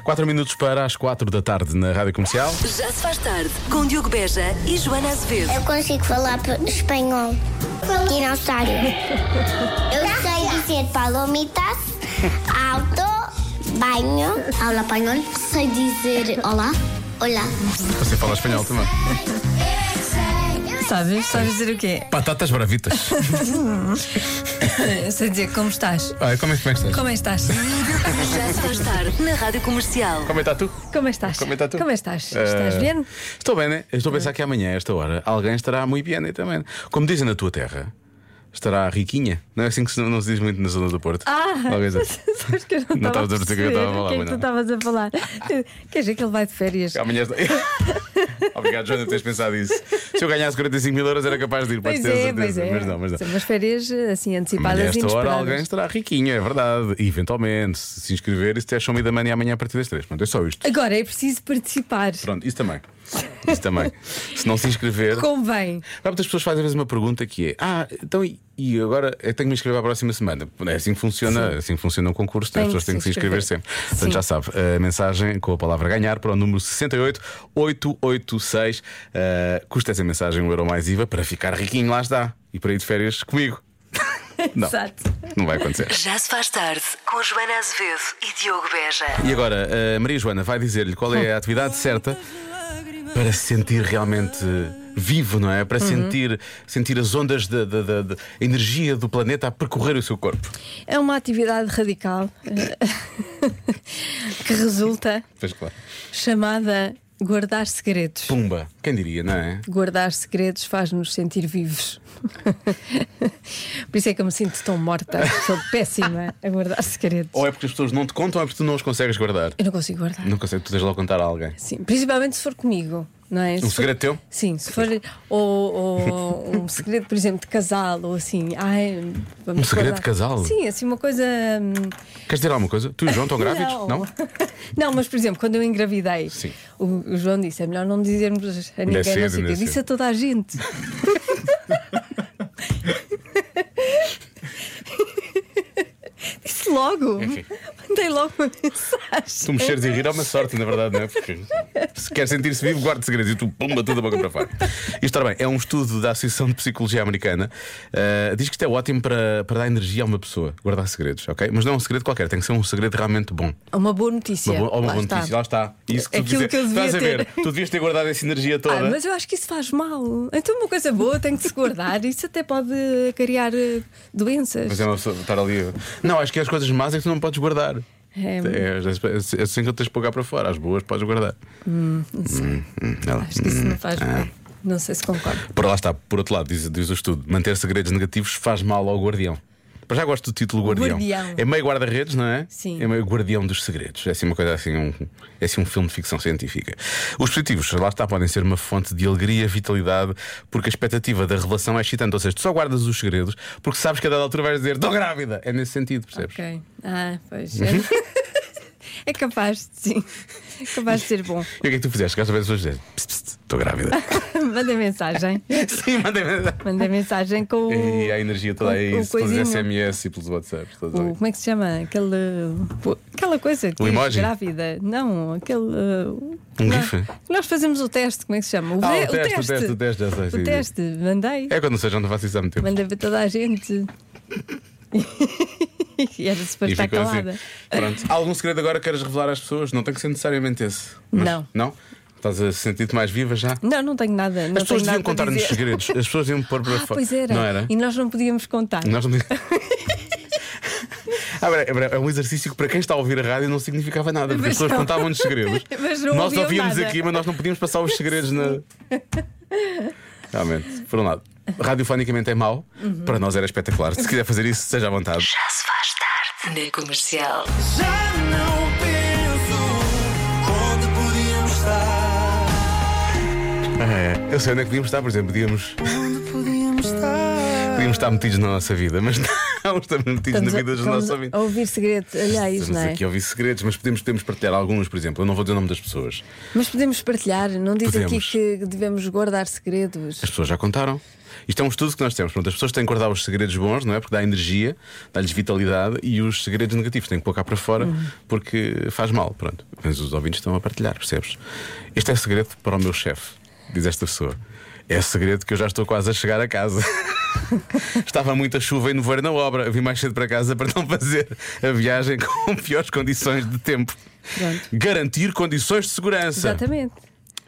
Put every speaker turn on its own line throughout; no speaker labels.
4 minutos para as 4 da tarde na Rádio Comercial.
Já se faz tarde com Diogo Beja e Joana Azevedo.
Eu consigo falar pe- espanhol. Dinossauro. Eu sei dizer palomitas, alto, banho. Aula espanhol. Sei dizer olá. Olá.
Você fala espanhol também.
é
Sabes? Sabes dizer o quê?
Batatas bravitas.
Eu Eh, sei dizer como estás.
Ai, como é que estás?
Como estás?
Já se faz tarde na Rádio Comercial.
Como é que está tu?
Como estás?
Como é que está tu?
Como estás?
Eh,
Estás bem?
Estou bem, né? Eu Estou a pensar que amanhã, a esta hora, alguém estará muito bem né, também. Como dizem na tua terra, estará riquinha. Não é assim que se, não se diz muito na zona do Porto.
Ah!
Alguém diz,
sabes que eu não
Não
estava a
estavas a perceber
perceber
o que eu
o
estava a falar, mas não.
que é que tu estavas a falar. Quer dizer que ele vai de férias.
Amanhã. Obrigado, Joana, por teres pensado isso. Se eu ganhasse 45 mil euros, era capaz de ir, podes
Pois
ter a
é,
certeza.
pois é.
Mas não, mas não.
São umas férias assim
Amanhã, a
antecipadas e
esta hora alguém
inesperadas.
estará riquinho, é verdade. E eventualmente, se se inscrever, isso é show me da manhã amanhã a partir das 3. Pronto, é só isto.
Agora é preciso participar.
Pronto, isso também. Isso também. se não se inscrever.
Convém.
Há muitas pessoas que fazem às vezes uma pergunta que é: Ah, então e- e agora eu tenho que me inscrever para a próxima semana? É assim que funciona, assim que funciona um concurso, né?
Tem
as pessoas
que
têm que
se
se inscrever
inscrever.
sempre. Portanto,
Sim.
já sabe, a mensagem com a palavra ganhar para o número 68886. eh, custa essa mensagem um euro mais IVA para ficar riquinho, lá está. E para ir de férias comigo. Não,
Exato.
não vai acontecer.
Já se faz tarde com Joana Azevedo e Diogo Beja.
E agora, a Maria Joana vai dizer-lhe qual é a atividade certa para se sentir realmente vivo, não é? Para sentir, sentir as ondas da da- da- da energia do planeta a percorrer o seu corpo.
É uma atividade radical eh, que resulta
Fez claro.
chamada guardar segredos.
Pumba, quem diria, não é?
Guardar segredos faz-nos sentir vivos. Por isso é que eu me sinto tão morta. Sou péssima a guardar segredos.
Ou é porque as pessoas não te contam ou é porque tu não os consegues guardar?
Eu não consigo guardar.
Não consegues, tu tens logo contar a alguém.
Sim, principalmente se for comigo, não é? Se
Um
for-
segredo teu?
Sim, se for. Ou, ou um segredo, por exemplo, de casal, ou assim. Ai, vamos
Um segredo de
guardar.
casal?
Sim, assim, uma coisa. hum,
Queres dizer alguma coisa? Tu e o João estão grávidos?
Não. Não, mas por exemplo, quando eu engravidei,
Sim.
o, o João disse: é melhor não dizermos a
cedo,
ninguém, não sei o
ainda é
quê. Disse
cedo.
a toda a gente. disse logo.
Enfim.
Mandei logo uma mensagem.
Tu mexeres e rir é uma sorte, na verdade, não é? Porque se quer sentir-se vivo, guarde segredos e tu pumba tudo a boca para fora. Isto, ora bem, é um estudo da Associação de Psicologia Americana. Uh, diz que isto é ótimo para, para dar energia a uma pessoa, guardar segredos, ok? Mas não é um segredo qualquer, tem que ser um segredo realmente bom.
Uma boa notícia.
Uma boa, ou uma
Lá
boa
está.
notícia, lá está. Isso que tu
Aquilo
dizer-
que eu devia
estás a ver,
ter.
tu devias ter guardado essa energia toda.
Ah, mas eu acho que isso faz mal. Então, uma coisa boa tem que se guardar. Isso até pode acarrear eh, doenças.
Mas é uma pessoa estar ali. Não, acho que as coisas más é que tu não podes guardar.
É.
É, é assim que eu tens de pagar para fora. As boas podes guardar. Hum, ah. não sei.
Acho que isso não faz bem. Não sei se concordo.
Por lá está, por outro lado, diz, diz o estudo: manter segredos negativos faz mal ao guardião. Para já gosto do título Guardião.
Guardião.
É meio guarda-redes, não é?
Sim.
É meio guardião dos segredos. É assim uma coisa assim, um, é assim um filme de ficção científica. Os positivos, lá está, podem ser uma fonte de alegria, vitalidade, porque a expectativa da revelação é excitante. Ou seja, tu só guardas os segredos porque sabes que a dada altura vais dizer: estou grávida. É nesse sentido, percebes?
Ok. Ah, pois. É,
Uhum.
é capaz, sim. É capaz de ser bom.
E o que é que tu fizeste? Chegaste a ver as pessoas dizer: "Psst, psst, estou grávida.
Manda mensagem.
Sim, mandei mensagem.
Manda mensagem com o.
E a energia toda
com-
aí,
com o
pelos
coisinho.
SMS e pelos WhatsApps. todos ali.
O, como é que se chama? Aquele, o- aquela coisa que
O
diz
emoji?
grávida. Não, aquele. uh,
Um
nós-
gif?
Nós fazemos o teste, como é que se chama?
Ah,
ve-
o teste, o teste, o teste, já sei,
O
sim, sim.
teste, mandei.
É quando não seja, não faço isso há muito tempo.
Manda para toda a gente. e era super
E
estar
ficou assim.
calada.
Pronto. Há algum segredo agora que queres revelar às pessoas? Não tem que ser necessariamente esse. Mas-
Não.
Não? Estás a sentir-te mais viva já?
Não, não tenho nada.
As pessoas deviam contar-nos segredos. As pessoas deviam pôr para
Ah,
fora.
pois era.
Não era?
E nós não podíamos contar.
Nós não... Ah, pera, pera, é um exercício que para quem está a ouvir a rádio não significava nada, porque as
Mas
pessoas
não.
contavam-nos segredos.
Mas não
nós
ouviam
ouvíamos
nada.
aqui, mas nós não podíamos passar os segredos na. Realmente, por um lado, radiofonicamente é mau,
Uhum.
para nós era espetacular. Se quiser fazer isso, seja à vontade.
Já se faz tarde na Comercial.
Já não penso onde podíamos estar.
Eu sei é onde é que podíamos estar, por exemplo, podíamos.
Onde podíamos estar?
Podíamos estar metidos na nossa vida, mas não. não, estamos metidos na vida dos nossos
estamos
ouvintes.
a ouvir segredos alheios,
Estamos
não é?
aqui a ouvir segredos, mas podemos, podemos partilhar alguns, por exemplo. Eu não vou dizer o nome das pessoas.
Mas podemos partilhar, não diz
Podemos.
aqui que devemos guardar segredos.
As pessoas já contaram. Isto é um estudo que nós temos. Pronto, as pessoas têm que guardar os segredos bons, não é? Porque dá energia, dá-lhes vitalidade e os segredos negativos têm que pôr cá para fora porque faz mal. Pronto. Mas os ouvintes estão a partilhar, percebes? Este é segredo para o meu chefe, diz esta pessoa. É segredo que eu já estou quase a chegar a casa. Estava muita chuva e nevoeiro na obra. Eu vim mais cedo para casa para não fazer a viagem com piores condições de tempo.
Pronto.
Garantir condições de segurança.
Exatamente.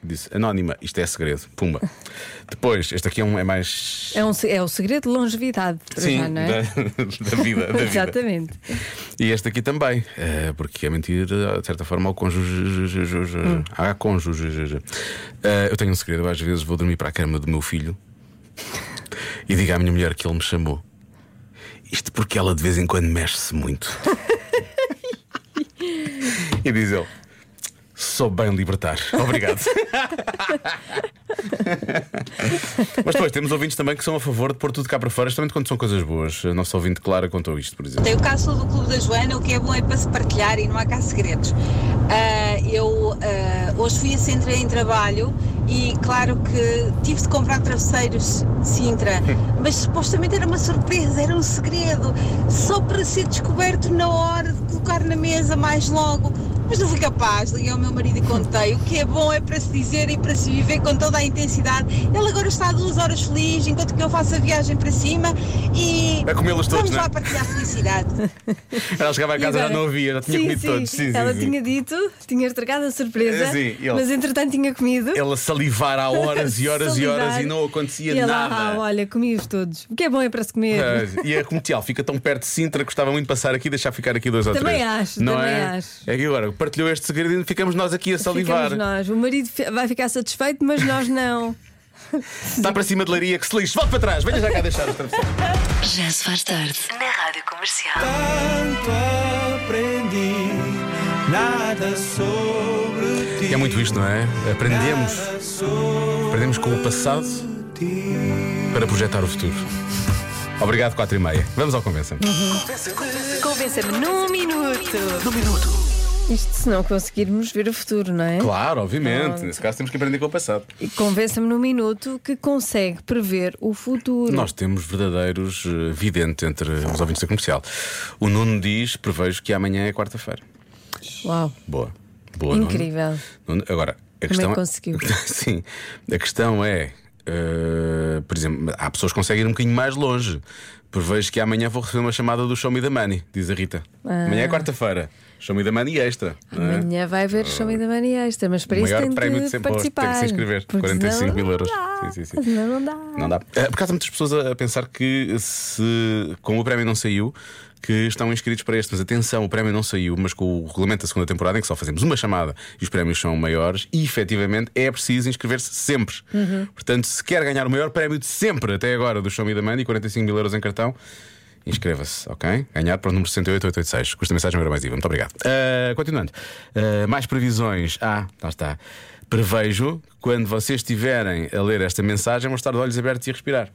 Disse anónima, isto é segredo, pumba. Depois, este aqui é, um, é mais.
É, um, se- é o segredo de longevidade, para já, não
da,
é?
da vida. da vida.
Exatamente.
E este aqui também, eh, porque é mentir, de certa forma, ao cônjuge. Há cônjuge. Eh, eu tenho um segredo, eu às vezes vou dormir para a cama do meu filho e digo à minha mulher que ele me chamou. Isto porque ela de vez em quando mexe-se muito. e diz ele: Sou bem libertar. Obrigado. Mas depois temos ouvintes também que são a favor de pôr tudo cá para fora, justamente quando são coisas boas. A nossa ouvinte Clara contou isto, por exemplo.
Tem o caso do Clube da Joana, o que é bom é para se partilhar e não há cá segredos. Ah, eu ah, hoje fui a Sintra em trabalho e claro que tive de comprar travesseiros de Sintra, mas supostamente era uma surpresa, era um segredo, só para ser descoberto na hora de colocar na mesa mais logo. Mas não fui capaz, liguei ao meu marido e contei. O que é bom é para se dizer e para se viver com toda a intensidade. Ele agora está duas horas feliz, enquanto que eu faço a viagem para cima e.
A comê-los todos,
Vamos
não é?
lá partilhar felicidade.
Ela chegava a casa
E
já
agora-
não havia, já tinha
Sim,
comido
sim.
todos. Sim, sim,
Ela
sim.
tinha dito, tinha estragado a surpresa,
Eh, sim, e ela-
mas entretanto tinha comido.
Ela salivara há horas e horas e horas
Solidar.
e não acontecia
E ela,
nada.
Ah, olha, comi-os todos. O que é bom é para se comer.
Pois, E a comercial fica tão perto de Sintra que gostava muito de passar aqui e deixar ficar aqui dois ou
Também
três.
acho,
não
também
é?
acho.
É que agora partilhou este segredo e ficamos nós aqui a salivar.
Ficamos nós. O marido fi- vai ficar satisfeito, mas nós não.
Está para cima de Laria que se lixe. Volte para trás, venha já cá deixar os travesseiros.
Já se faz tarde.
Na Rádio Comercial.
Tanto aprendi, nada sobre ti.
É muito isto, não é? Aprendemos.
Nada sobre
Aprendemos com o passado
ti.
para projetar o futuro. Obrigado, 4 e meia. Vamos ao convenção.
Convença-me num minuto.
Isto se não conseguirmos ver o futuro, não é?
Claro, obviamente.
Pronto.
Nesse caso temos que aprender com o passado.
E convença-me num minuto que consegue prever o futuro.
Nós temos verdadeiros eh, videntes entre os ouvintes da comercial. O Nuno diz: prevejo que amanhã é quarta-feira.
Uau,
Boa. Boa Nuno.
incrível.
Nuno, Agora, a
Como é
questão.
que conseguiu?
Sim, a questão é. eh, por exemplo, há pessoas que conseguem ir um bocadinho mais longe. Prevejo que amanhã vou receber uma chamada do Show Me the Money, diz a Rita. Amanhã é quarta-feira. Show Me the Money e esta. não é?
Ah. Amanhã vai haver show da Maria extra, mas para
O
isso
maior
tem
prémio
de,
de sempre
participar.
tem que se inscrever.
Porque
45
senão
mil
não
euros.
dá.
Sim, sim, sim.
Senão não dá.
Não dá. Eh, Porque há muitas pessoas a a pensar que se como o prémio não saiu, que estão inscritos para este. Mas atenção, o prémio não saiu, mas com o regulamento da segunda temporada, em que só fazemos uma chamada e os prémios são maiores, e efetivamente é preciso inscrever-se sempre. Portanto, se quer ganhar o maior prémio de sempre até agora do Show Me the Money, 45 mil euros em cartão. Inscreva-se, ok? Ganhar para o número 68886. Custa mensagem era mais IVA. Muito obrigado. Eh, continuando. Eh, mais previsões. Ah, lá está. Prevejo que quando vocês estiverem a ler esta mensagem, vão estar de olhos abertos e a respirar.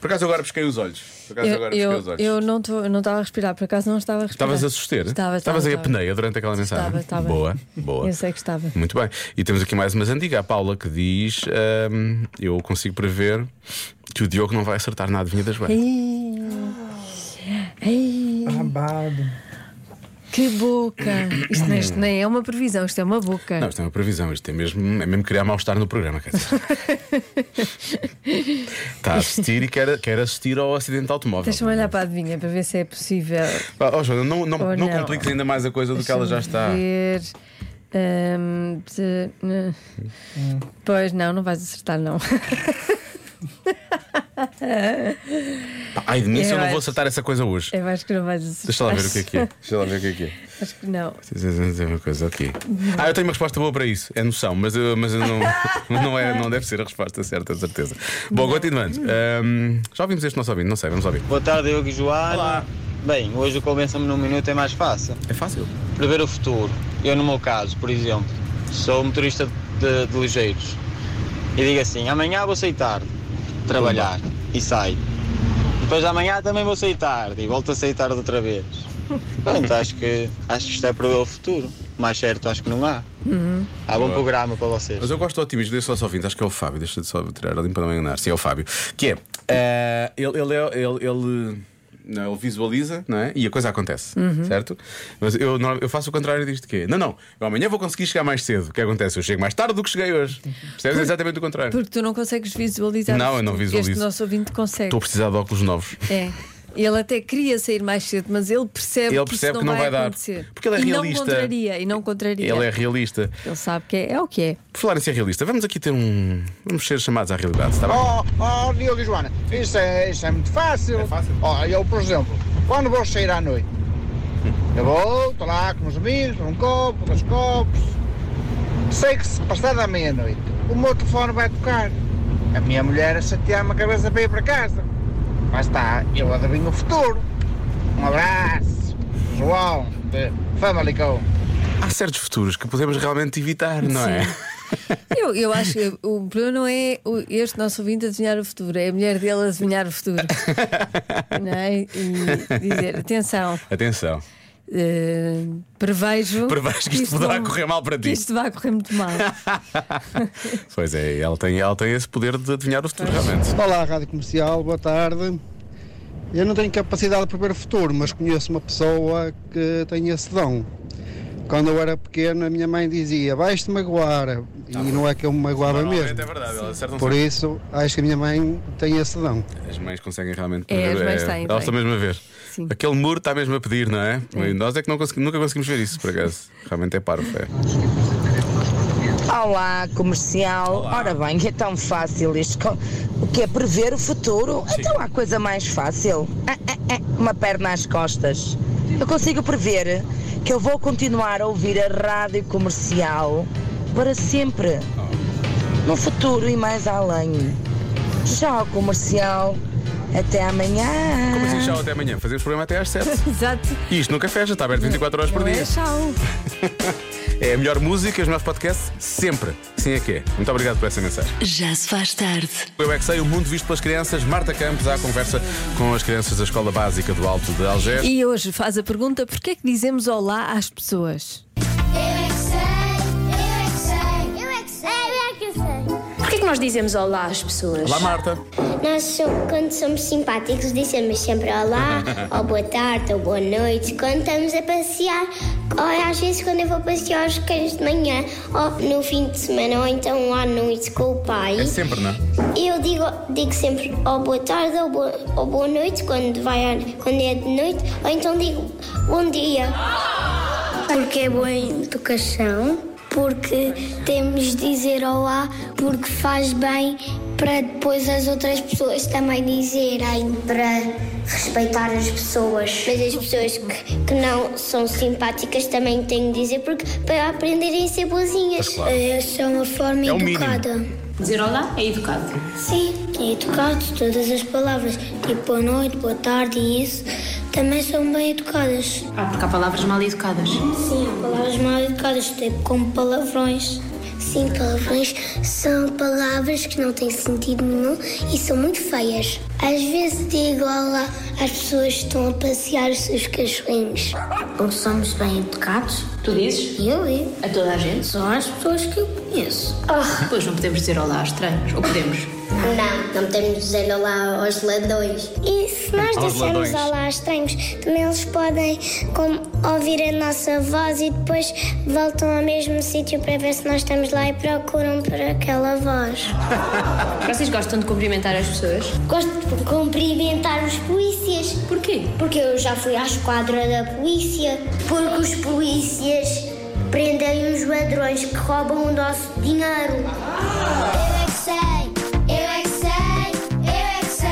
Por acaso eu agora pesquei os olhos. Por acaso eu
Eu,
agora pesquei
eu-
os olhos.
eu não tô- eu não estava a respirar, por acaso não estava a respirar.
Estavas a suster?
Estava, estava.
Estavas aí a
estava.
peneia durante aquela mensagem?
Estava, estava.
Boa, boa.
Eu sei que estava.
Muito bem. E temos aqui mais uma antiga, a Paula, que diz: ehm, Eu consigo prever que o Diogo não vai acertar na adivinha das Joana.
Ai. Ai. Que boca! Isto, nem- isto nem é uma previsão, isto é uma boca.
Não, isto é uma previsão, isto é mesmo, é mesmo criar mal-estar no programa, quer dizer. Está a assistir e quer, quer assistir ao acidente de automóvel.
Deixa-me olhar para a adivinha para ver se é possível.
Ah, oh, Joana, não, não,
Ou
não
não.
compliques ainda mais a coisa do que ela já está.
Ver. Ahm, se- né. Pois não, não vais acertar, não.
Pá, Ai de mim, se eu
Eu
não vou
acho-
acertar essa coisa hoje.
Eu acho que é não vais acertar.
Deixa lá ver o que é que é. Deixa lá ver o que é que é.
Acho que não.
Dizer uma coisa aqui. Ah, eu tenho uma resposta boa para isso. É noção, mas, eu- mas eu não, mas não, é, não deve ser a resposta certa, de certeza. Bom, continuando. Ahm, já ouvimos este nosso ouvinte, não sei, vamos ouvir.
Boa tarde, Diogo e Joana. Bem, hoje o Convença-me num Minuto é mais fácil.
É fácil.
Prever o futuro. Eu, no meu caso, por exemplo, sou motorista de, de ligeiros e digo assim: amanhã vou sair tarde, trabalhar e saio. Depois de amanhã também vou sair tarde e volto a sair tarde outra vez. Pronto, acho que, acho que isto é para o futuro. Mais certo, acho que não há. Há bom programa para vocês.
Mas eu gosto do otimismo desse nosso ouvinte, acho que é o Fábio, deixa de só tirar ali para não enganar. Sim, é o Fábio. Que é, eh, ele, ele, é- ele, ele- não, ele visualiza não é? e a coisa acontece, certo? Mas eu, não- eu faço o contrário disto que é. Não, não, eu amanhã vou conseguir chegar mais cedo. O que acontece? Eu chego mais tarde do que cheguei hoje. Percebes? É exatamente o contrário.
Porque tu não consegues visualizar.
Não,
isto.
eu não visualizo.
Este nosso ouvinte consegue.
Estou a precisar de óculos novos.
É. Ele até queria sair mais cedo, mas ele percebe,
Ele
que,
percebe
isso não
que não vai dar.
acontecer.
Porque ele é
e
realista.
Não contraria, e não contraria.
Ele é realista.
Ele sabe que é, é o que é.
Por falar em ser realista, vamos aqui ter um. Vamos ser chamados à realidade, está Tá bem?
Oh, oh, Diogo e Joana, isso é, isso é muito fácil.
É fácil.
Oh, eu, por exemplo, quando vou sair à noite, eu vou, estou lá com os amigos, um copo, dois copos. Sei que se passar da meia-noite, o meu telefone vai tocar. A minha mulher a chatear-me a cabeça para ir para casa. Mas está, eu adivinho o futuro. Um abraço, João, de Famalicão.
Há certos futuros que podemos realmente evitar, não é?
Eu, eu acho que o problema não é o- este nosso ouvinte adivinhar o futuro, é a mulher dele adivinhar o futuro. não é? E dizer: atenção,
Atenção.
eh, prevejo.
Prevejo que isto poderá
não-
correr mal para ti.
Que isto vai correr muito mal.
Pois é, ela tem, ela tem esse poder de adivinhar o futuro, realmente.
Olá, Rádio Comercial, boa tarde. Eu não tenho capacidade de prever o futuro, mas conheço uma pessoa que tem esse dom. Quando eu era pequeno, a minha mãe dizia: Vais-te magoar. E não é que eu me magoava mesmo.
Ah. é verdade, ela acerta um
Por isso, acho que a minha mãe tem esse dom.
As mães conseguem realmente
É, as mães têm,
Elas estão
têm.
mesmo a ver.
Sim.
Aquele muro está mesmo a pedir, não é? E Nós é que não consegui- nunca conseguimos ver isso, por acaso. Realmente é parvo. É.
Olá, comercial. Ora bem, é tão fácil isto. co- O que é prever o futuro? Então há coisa mais fácil. Ah, ah, ah, uma perna às costas. Eu consigo prever que eu vou continuar a ouvir a rádio comercial para sempre. No futuro e mais além. Já o comercial. Até amanhã.
Mas e tchau até amanhã. Fazemos programa até às 7.
Exato.
E isto nunca fecha, está aberto 24 horas por
Não
dia.
é tchau.
É a melhor música, os meus podcasts, sempre. Sim é que é. Muito obrigado por essa mensagem.
Já se faz tarde.
Eu é que sei, o mundo visto pelas crianças. Marta Campos à conversa com as crianças da Escola Básica do Alto de Algés.
E hoje faz a pergunta: porquê é que dizemos olá às pessoas?
Eu é que sei, eu é que sei, eu é que sei, eu é que sei.
Porquê que nós dizemos olá às pessoas?
Olá, Marta.
Nós, so- quando somos simpáticos, dizemos sempre olá, ou boa tarde, ou boa noite. Quando estamos a passear, ou às vezes quando eu vou passear aos cães de manhã, ou no fim de semana, ou então à noite com o pai,
É sempre, não é?
eu digo, digo sempre ou boa tarde, ou boa, ou boa noite, quando, vai, a- quando é de noite, ou então digo bom dia. Porque é boa educação, porque temos de dizer olá, porque faz bem para depois as outras pessoas também dizerem, para respeitar as pessoas. Mas as pessoas que, que não são simpáticas também têm de dizer, porque para aprenderem a ser boazinhas.
claro.
Essa é uma forma
É o mínimo.
educada.
Dizer olá é educado.
Sim, é educado, todas as palavras, tipo boa noite, boa tarde e isso, também são bem educadas.
Ah, porque há palavras mal educadas.
Sim, há palavras mal educadas, tipo como palavrões. Sim, palavrões são palavras que não têm sentido nenhum e são muito feias. Às vezes digo olá às pessoas que estão a passear os seus cachorrinhos. Ou somos bem educados,
Tu dizes
eu e
a toda a gente?
são as pessoas que eu conheço.
Pois não podemos dizer olá aos estranhos. Ou podemos?
Não, não temos de dizer olá aos ladões. E se nós
Aos
dissermos
ladões.
olá aos estranhos, também eles podem como, ouvir a nossa voz e depois voltam ao mesmo sítio para ver se nós estamos lá e procuram por aquela voz.
Vocês gostam de cumprimentar as pessoas?
Gosto de cumprimentar os polícias.
Porquê?
Porque eu já fui à esquadra da polícia. Porque os polícias prendem os ladrões que roubam o nosso dinheiro. Eu é que sei, eu é que sei, eu é que sei,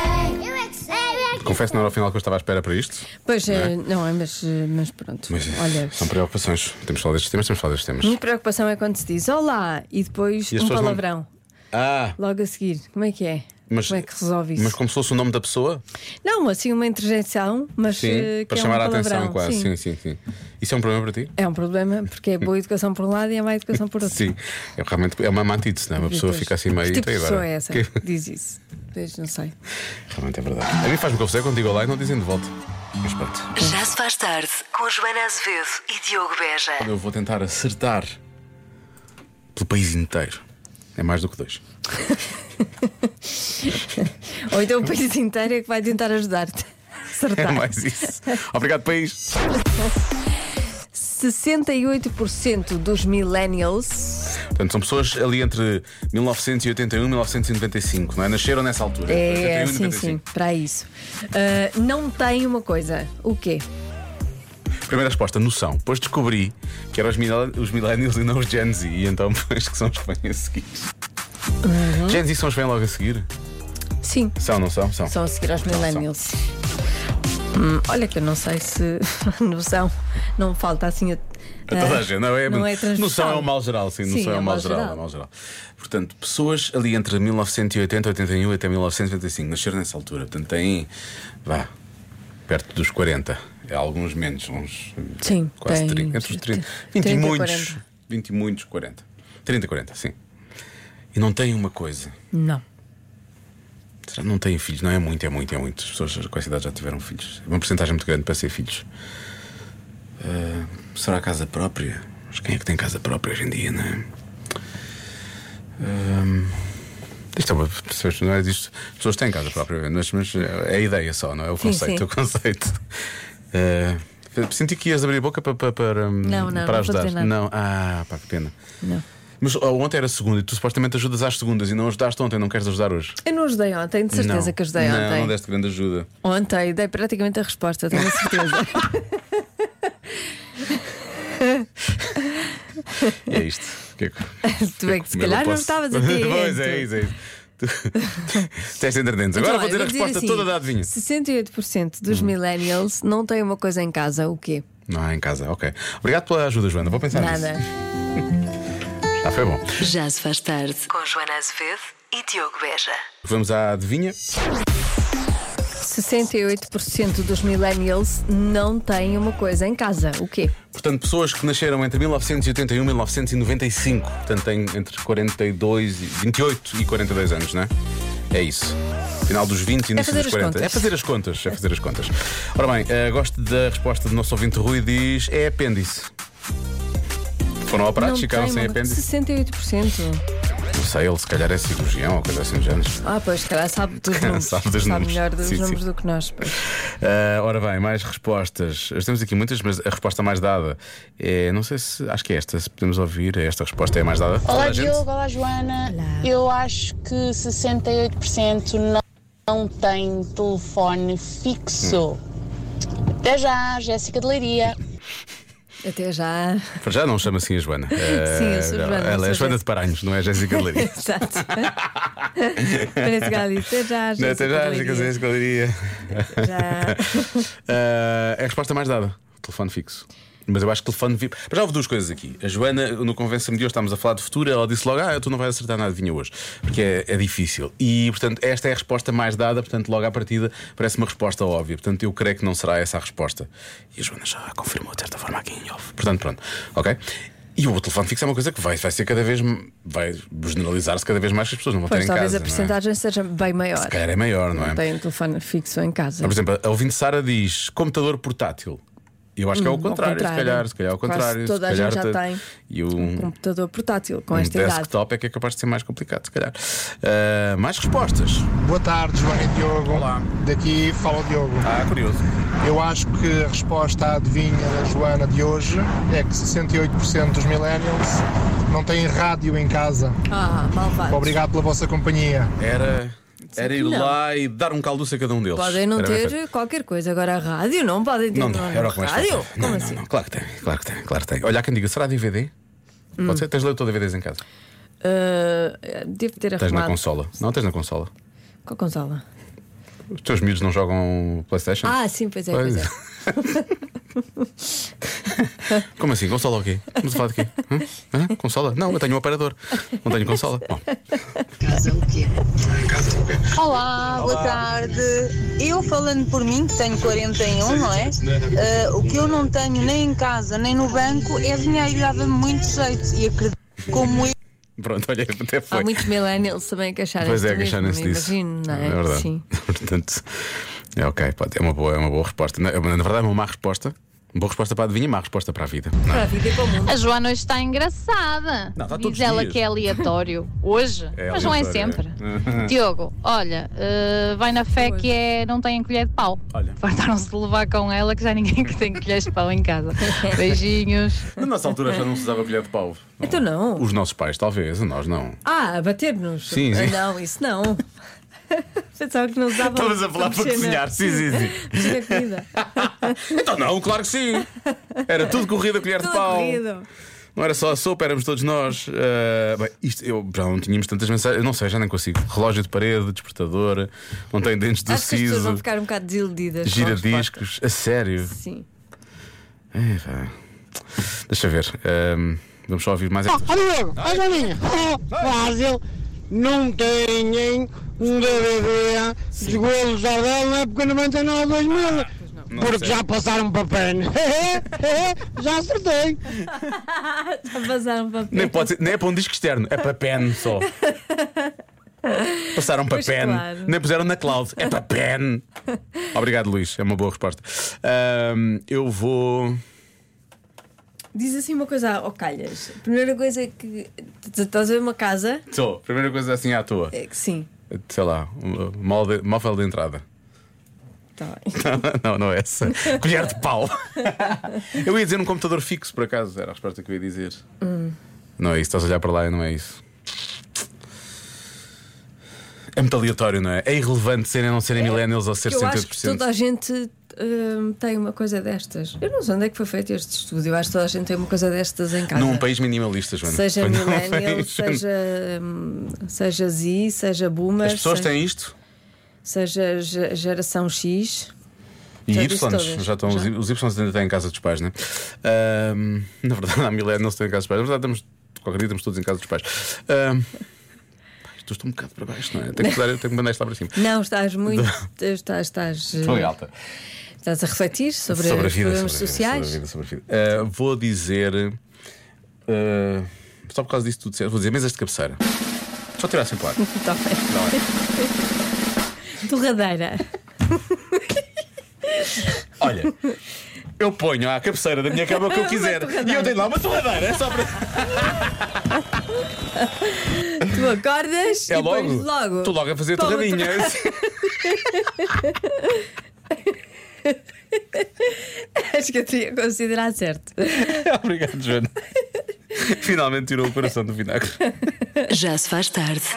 eu é que sei, eu é que
Confesso que não era o final que eu estava à espera para isto.
Pois é, não é, mas, eh, mas pronto.
Mas
Olha. Hum?
são preocupações. Temos de falar destes temas, temos de falar destes temas.
Minha preocupação é quando se diz olá e depois
E as
um
pessoas não-
palavrão.
Ah,
Logo a seguir, como é que é?
Mas,
Como é que resolve isso?
mas como se fosse o nome da pessoa?
Não, assim uma interjeição, mas
sim,
eh, que
para
é um
chamar a
palavrão.
atenção, quase. Sim. sim, sim, Isso é um problema para ti?
É um problema, porque é boa educação por um lado e é má educação por outro.
Sim. É realmente é uma mantite, não é? Uma pessoa
Pois.
fica assim meio.
Que tipo
"Então, e
de
agora?"
pessoa é essa?
Que-
que Diz isso. Pois não sei.
Realmente é verdade. A mim faz-me confusão quando digo lá e não dizem de volta. Mas pronto.
Já se faz tarde com Joana Azevedo e Diogo Beja.
Eu vou tentar acertar pelo país inteiro. É mais do que dois.
Ou então o país inteiro é que vai tentar ajudar-te. a
É
Acertar.
mais isso. Obrigado, país.
68% dos millennials
Portanto, são pessoas ali entre 1981 e 1995, não é? Nasceram nessa altura.
é,
81 e
sim,
95.
sim, para isso. Ah, não tem uma coisa. O quê?
Primeira resposta, noção. Depois descobri que eram os, mila- os millennials e não os Gen Z. E então, depois que são os que vêm a seguir.
Uhum.
Gen Z são os que vêm logo a seguir?
Sim.
São, não são? São.
São a seguir aos millennials. Hum, olha que eu não sei se a noção não falta assim a,
A toda a gente, não é?
não é
noção
transversal.
é um mal geral, sim. Noção
Sim,
é um mal geral. é um mau geral. Portanto, pessoas ali entre 1980, 81 até 1995 nasceram nessa altura. Portanto, têm, vá, perto dos 40. É alguns menos, uns
Sim,
quase
tem
30. Entre os 30. 20 e
30,
muitos.
40.
20 e muitos, 40. 30, 40, sim. E não têm uma coisa.
Não.
Será que não têm filhos? Não é muito, é muito, é muito. As pessoas com essa idade já tiveram filhos. É uma porcentagem muito grande para ser filhos. Ah, será casa própria? Mas quem é que tem casa própria hoje em dia, não é? Ah, isto é uma, pessoas- não é disto. As pessoas têm casa própria, mas, mas é a ideia só, não é? O
Sim,
conceito.
sim.
O conceito. Ah, senti que ias abrir a boca para, para, para, hum,
Não,
para
não, não vou
ajudar.
dizer nada.
Não, ah, pá, que pena.
Não.
Mas ó, ontem era segunda e tu supostamente ajudas às segundas e não ajudaste ontem, não queres ajudar hoje?
Eu não ajudei ontem, de certeza
Não.
que ajudei
não,
ontem.
Não deste grande ajuda.
Ontem dei praticamente a resposta, tenho a certeza.
E é isto. Que é que-
tu é que se
como eu
calhar não
posso-
estavas a ter.
Pois é, isso é isso. Tu- Teste entre
Então,
dentes. Agora vou ter a resposta
assim.
toda Hum. da adivinha.
68% dos millennials não têm uma coisa em casa, o quê?
Não há em casa, ok. Obrigado pela ajuda, Joana. Vou pensar nisso.
Nada.
Já foi bom.
Já se faz tarde.
Com Joana Azevedo e Diogo Beja.
Vamos à adivinha.
68% dos millennials não têm uma coisa em casa, o quê?
Portanto, pessoas que nasceram entre 1981 e 1995. Portanto, têm entre 42 e 28 e 42 anos, não é? É isso. Final dos 20 e início
fazer
dos
as
40.
contas.
É fazer as contas. É fazer as contas. Ora bem, eh, gosto da resposta do nosso ouvinte Rui, diz é apêndice. Foram operados,
Não
ficaram
têm
sem
uma- assim.
apêndice.
68%.
Não sei, ele se calhar é cirurgião ou coisa assim do género.
Ah, pois, se calhar sabe dos números.
Sabe dos números.
melhor dos
Sim, sim.
números do que nós. pois.
Ah, ora bem, mais respostas. Nós Temos aqui muitas, mas a resposta mais dada é. Não sei se. Acho que é esta. Se podemos ouvir, esta resposta é a mais dada. Toda
Olá
a gente?
Diogo, olá Joana. Eu acho que 68% não, não tem telefone fixo.
Hum.
Até já, Jéssica de Leiria.
Até já.
Para já não chama assim a Joana.
Sim, eu sou
Ah,
Joana,
Ela é
sou
a Joana de Paranhos, não é a Jéssica Laria.
Exato. Parece que ela disse, até já.
Não, até
Jéssica
já, assim.
Leiria."
Jéssica Jéssica Laria. Ah, é a resposta mais dada: telefone fixo. Mas eu acho que telefone VIP. Mas já houve duas coisas aqui. A Joana, no Convença-me de hoje, estávamos a falar de futuro. Ela disse logo: Ah, tu não vais acertar nada, vinha hoje. Porque é, é difícil. E, portanto, esta é a resposta mais dada. Portanto, logo à partida, parece uma resposta óbvia. Portanto, eu creio que não será essa a resposta. E a Joana já confirmou de certa forma aqui em off. Portanto, pronto. Ok? E o telefone fixo é uma coisa que vai, vai ser cada vez. vai generalizar-se cada vez mais que as pessoas não vão ter
Pois
em
talvez
casa.
a
não é?
porcentagem seja bem maior.
Se calhar é maior, não é?
Tem um telefone fixo em casa.
Por exemplo, a ouvinte Sara diz computador portátil. Eu acho que é o
Hum, ao
contrário,
contrário.
se calhar, se calhar é o
Quase
contrário. se
toda a
calhar
gente já
tá-
tem
E um,
um computador portátil com
um
esta idade.
desktop é que é capaz de ser mais complicado, se calhar. Ah, mais respostas.
Boa tarde, Joana e Diogo. Olá. Daqui fala o Diogo.
Ah, curioso.
Eu acho que a resposta à adivinha da Joana de hoje é que 68% dos millennials não têm rádio em casa.
Ah, malvado.
Obrigado pela vossa companhia.
Era, era ir
que não.
lá e dar um caldoço a cada um deles.
Podem não
Era bem
ter
feito.
qualquer coisa. Agora a rádio não podem ter
Não, não,
uma
era o que mais
rádio.
faltava.
Como assim?
Não, claro que tem, claro que tem, claro que tem. Olha, há quem diga, será DVD?
Hum.
Pode ser? Tens leitor DVDs em casa?
Ah, devo ter
Tens na
arrumado.
consola? Não, tens na consola.
Com a consola.
Os teus miúdos não jogam Playstation?
É, Ah, sim, pois é, pois é.
Como assim? Consola o quê? Vamos falar de quê? Hã? Hã? Consola? Não, eu tenho um operador. Não tenho consola. Bom,
Olá, boa tarde. Eu falando por mim, que tenho 41, não é? Eh, o que eu não tenho nem em casa nem no banco é dinheiro, dava-me muito jeito. E acredito como eu.
pronto, olha, até foi.
Há muitos millennials também que acharam
Pois
isto
é, que
mesmo,
acharem-se disso.
Imagino, não é?
É verdade.
Sim.
Portanto, é ok, pode, é, uma boa, é uma boa resposta. Na, na verdade, é uma má resposta. Boa resposta para a adivinha, má resposta para a vida. não é?
A Joana hoje está engraçada.
Não, está todos
Diz
os
ela
dias.
que é aleatório. Hoje,
É
mas não é
aleatório,
sempre.
é.
Diogo, olha, eh, vai na fé que é, não tem colher de pau.
Olha.
Fartaram-se de levar com ela que já ninguém que tem colheres de pau em casa. Beijinhos.
Na nossa altura já não se usava colher de pau.
Então não.
Os nossos pais, talvez, nós não.
Ah, bater-nos.
Sim, sim.
Ah, Não, isso não. Pensava que não usava.
Estavas a falar para
mexer na-
cozinhar, sim, sim, sim.
mexer na comida.
Então não, claro que sim. Era tudo corrido a colher de
Tudo
pau.
corrido.
Não era só a sopa, éramos todos nós. Ah, bem, isto, eu, já não tínhamos tantas mensagens. eu Não sei, já nem consigo. Relógio de parede, despertador, não tenho dentes de
Acho que as pessoas vão
siso,
ficar um bocado desiludidas. com a
gira
resposta.
discos. A sério.
Sim.
É, pá. Deixa eu ver. Ahm, vamos só ouvir
Ah,
mais.
Ó, ó Diogo, ó Joaninha, ó, fácil, não têm um DVD de golos ao Jardel
é
na época 99 2000.
Ah,
Porque
sei.
já passaram para a pena. já acertei.
Já passaram para
Nem, pode ser- nem é para um disco externo, é para pen só. Passaram para
Pois
pen,
claro.
nem puseram na cloud, é para pen. Obrigado, Luís, é uma boa resposta. Ahm, eu vou.
Diz assim uma coisa ao calhas. Primeira coisa é que. Estás a ver uma casa?
Sou, primeira coisa assim à toa.
É que sim.
Sei lá, um, uh, mal de- móvel de entrada.
Tá
não, não é essa. Colher de pau. eu ia dizer um computador fixo, por acaso, era a resposta que eu ia dizer.
Hum.
Não é isso, estás a olhar para lá e não é isso. É muito aleatório, não é? É irrelevante serem ou não serem millennials ou ser
Eu acho que
78%.
toda a gente hum, tem uma coisa destas. Eu não sei onde é que foi feito este estudo. Eu acho que toda a gente tem uma coisa destas em casa.
Num país minimalista, Joana. é
Seja
Foi num
millennial,
país-
seja, hum, seja Z, seja boomer,
As pessoas
seja,
têm isto
seja ge- geração X.
e
Já disse
Y.
todas.
Já estão, os Y- Os Y ainda têm em casa dos pais, não é? Ahm, na verdade, há milênios não se têm em casa dos pais. Na verdade, estamos, qualquer dia estamos todos em casa dos pais. Ahm, pá, isto estou um bocado para baixo, não é? Tenho que, dar, tenho que mandar isto lá para cima.
Não, estás muito. Estás, estás, hum,
Estou em alta.
estás a refletir sobre,
a
os
vida,
problemas
sobre a vida, sobre
sociais.
a vida, sobre a vida. Ah, vou dizer. ah, só por causa disso tudo certo, vou dizer mesas de cabeceira. Só tirar assim, claro.
Tá bem. Torradeira.
Olha, eu ponho à cabeceira da minha cama o que eu quiser. E eu tenho lá uma torradeira, é só para.
Tu acordas
É
e pões
logo.
logo.
Estou logo a fazer
Toma
torradinha.
torra- Acho que eu tinha considerado certo.
Obrigado, Joana. Finalmente tirou o coração do vinagre.
Já se faz tarde.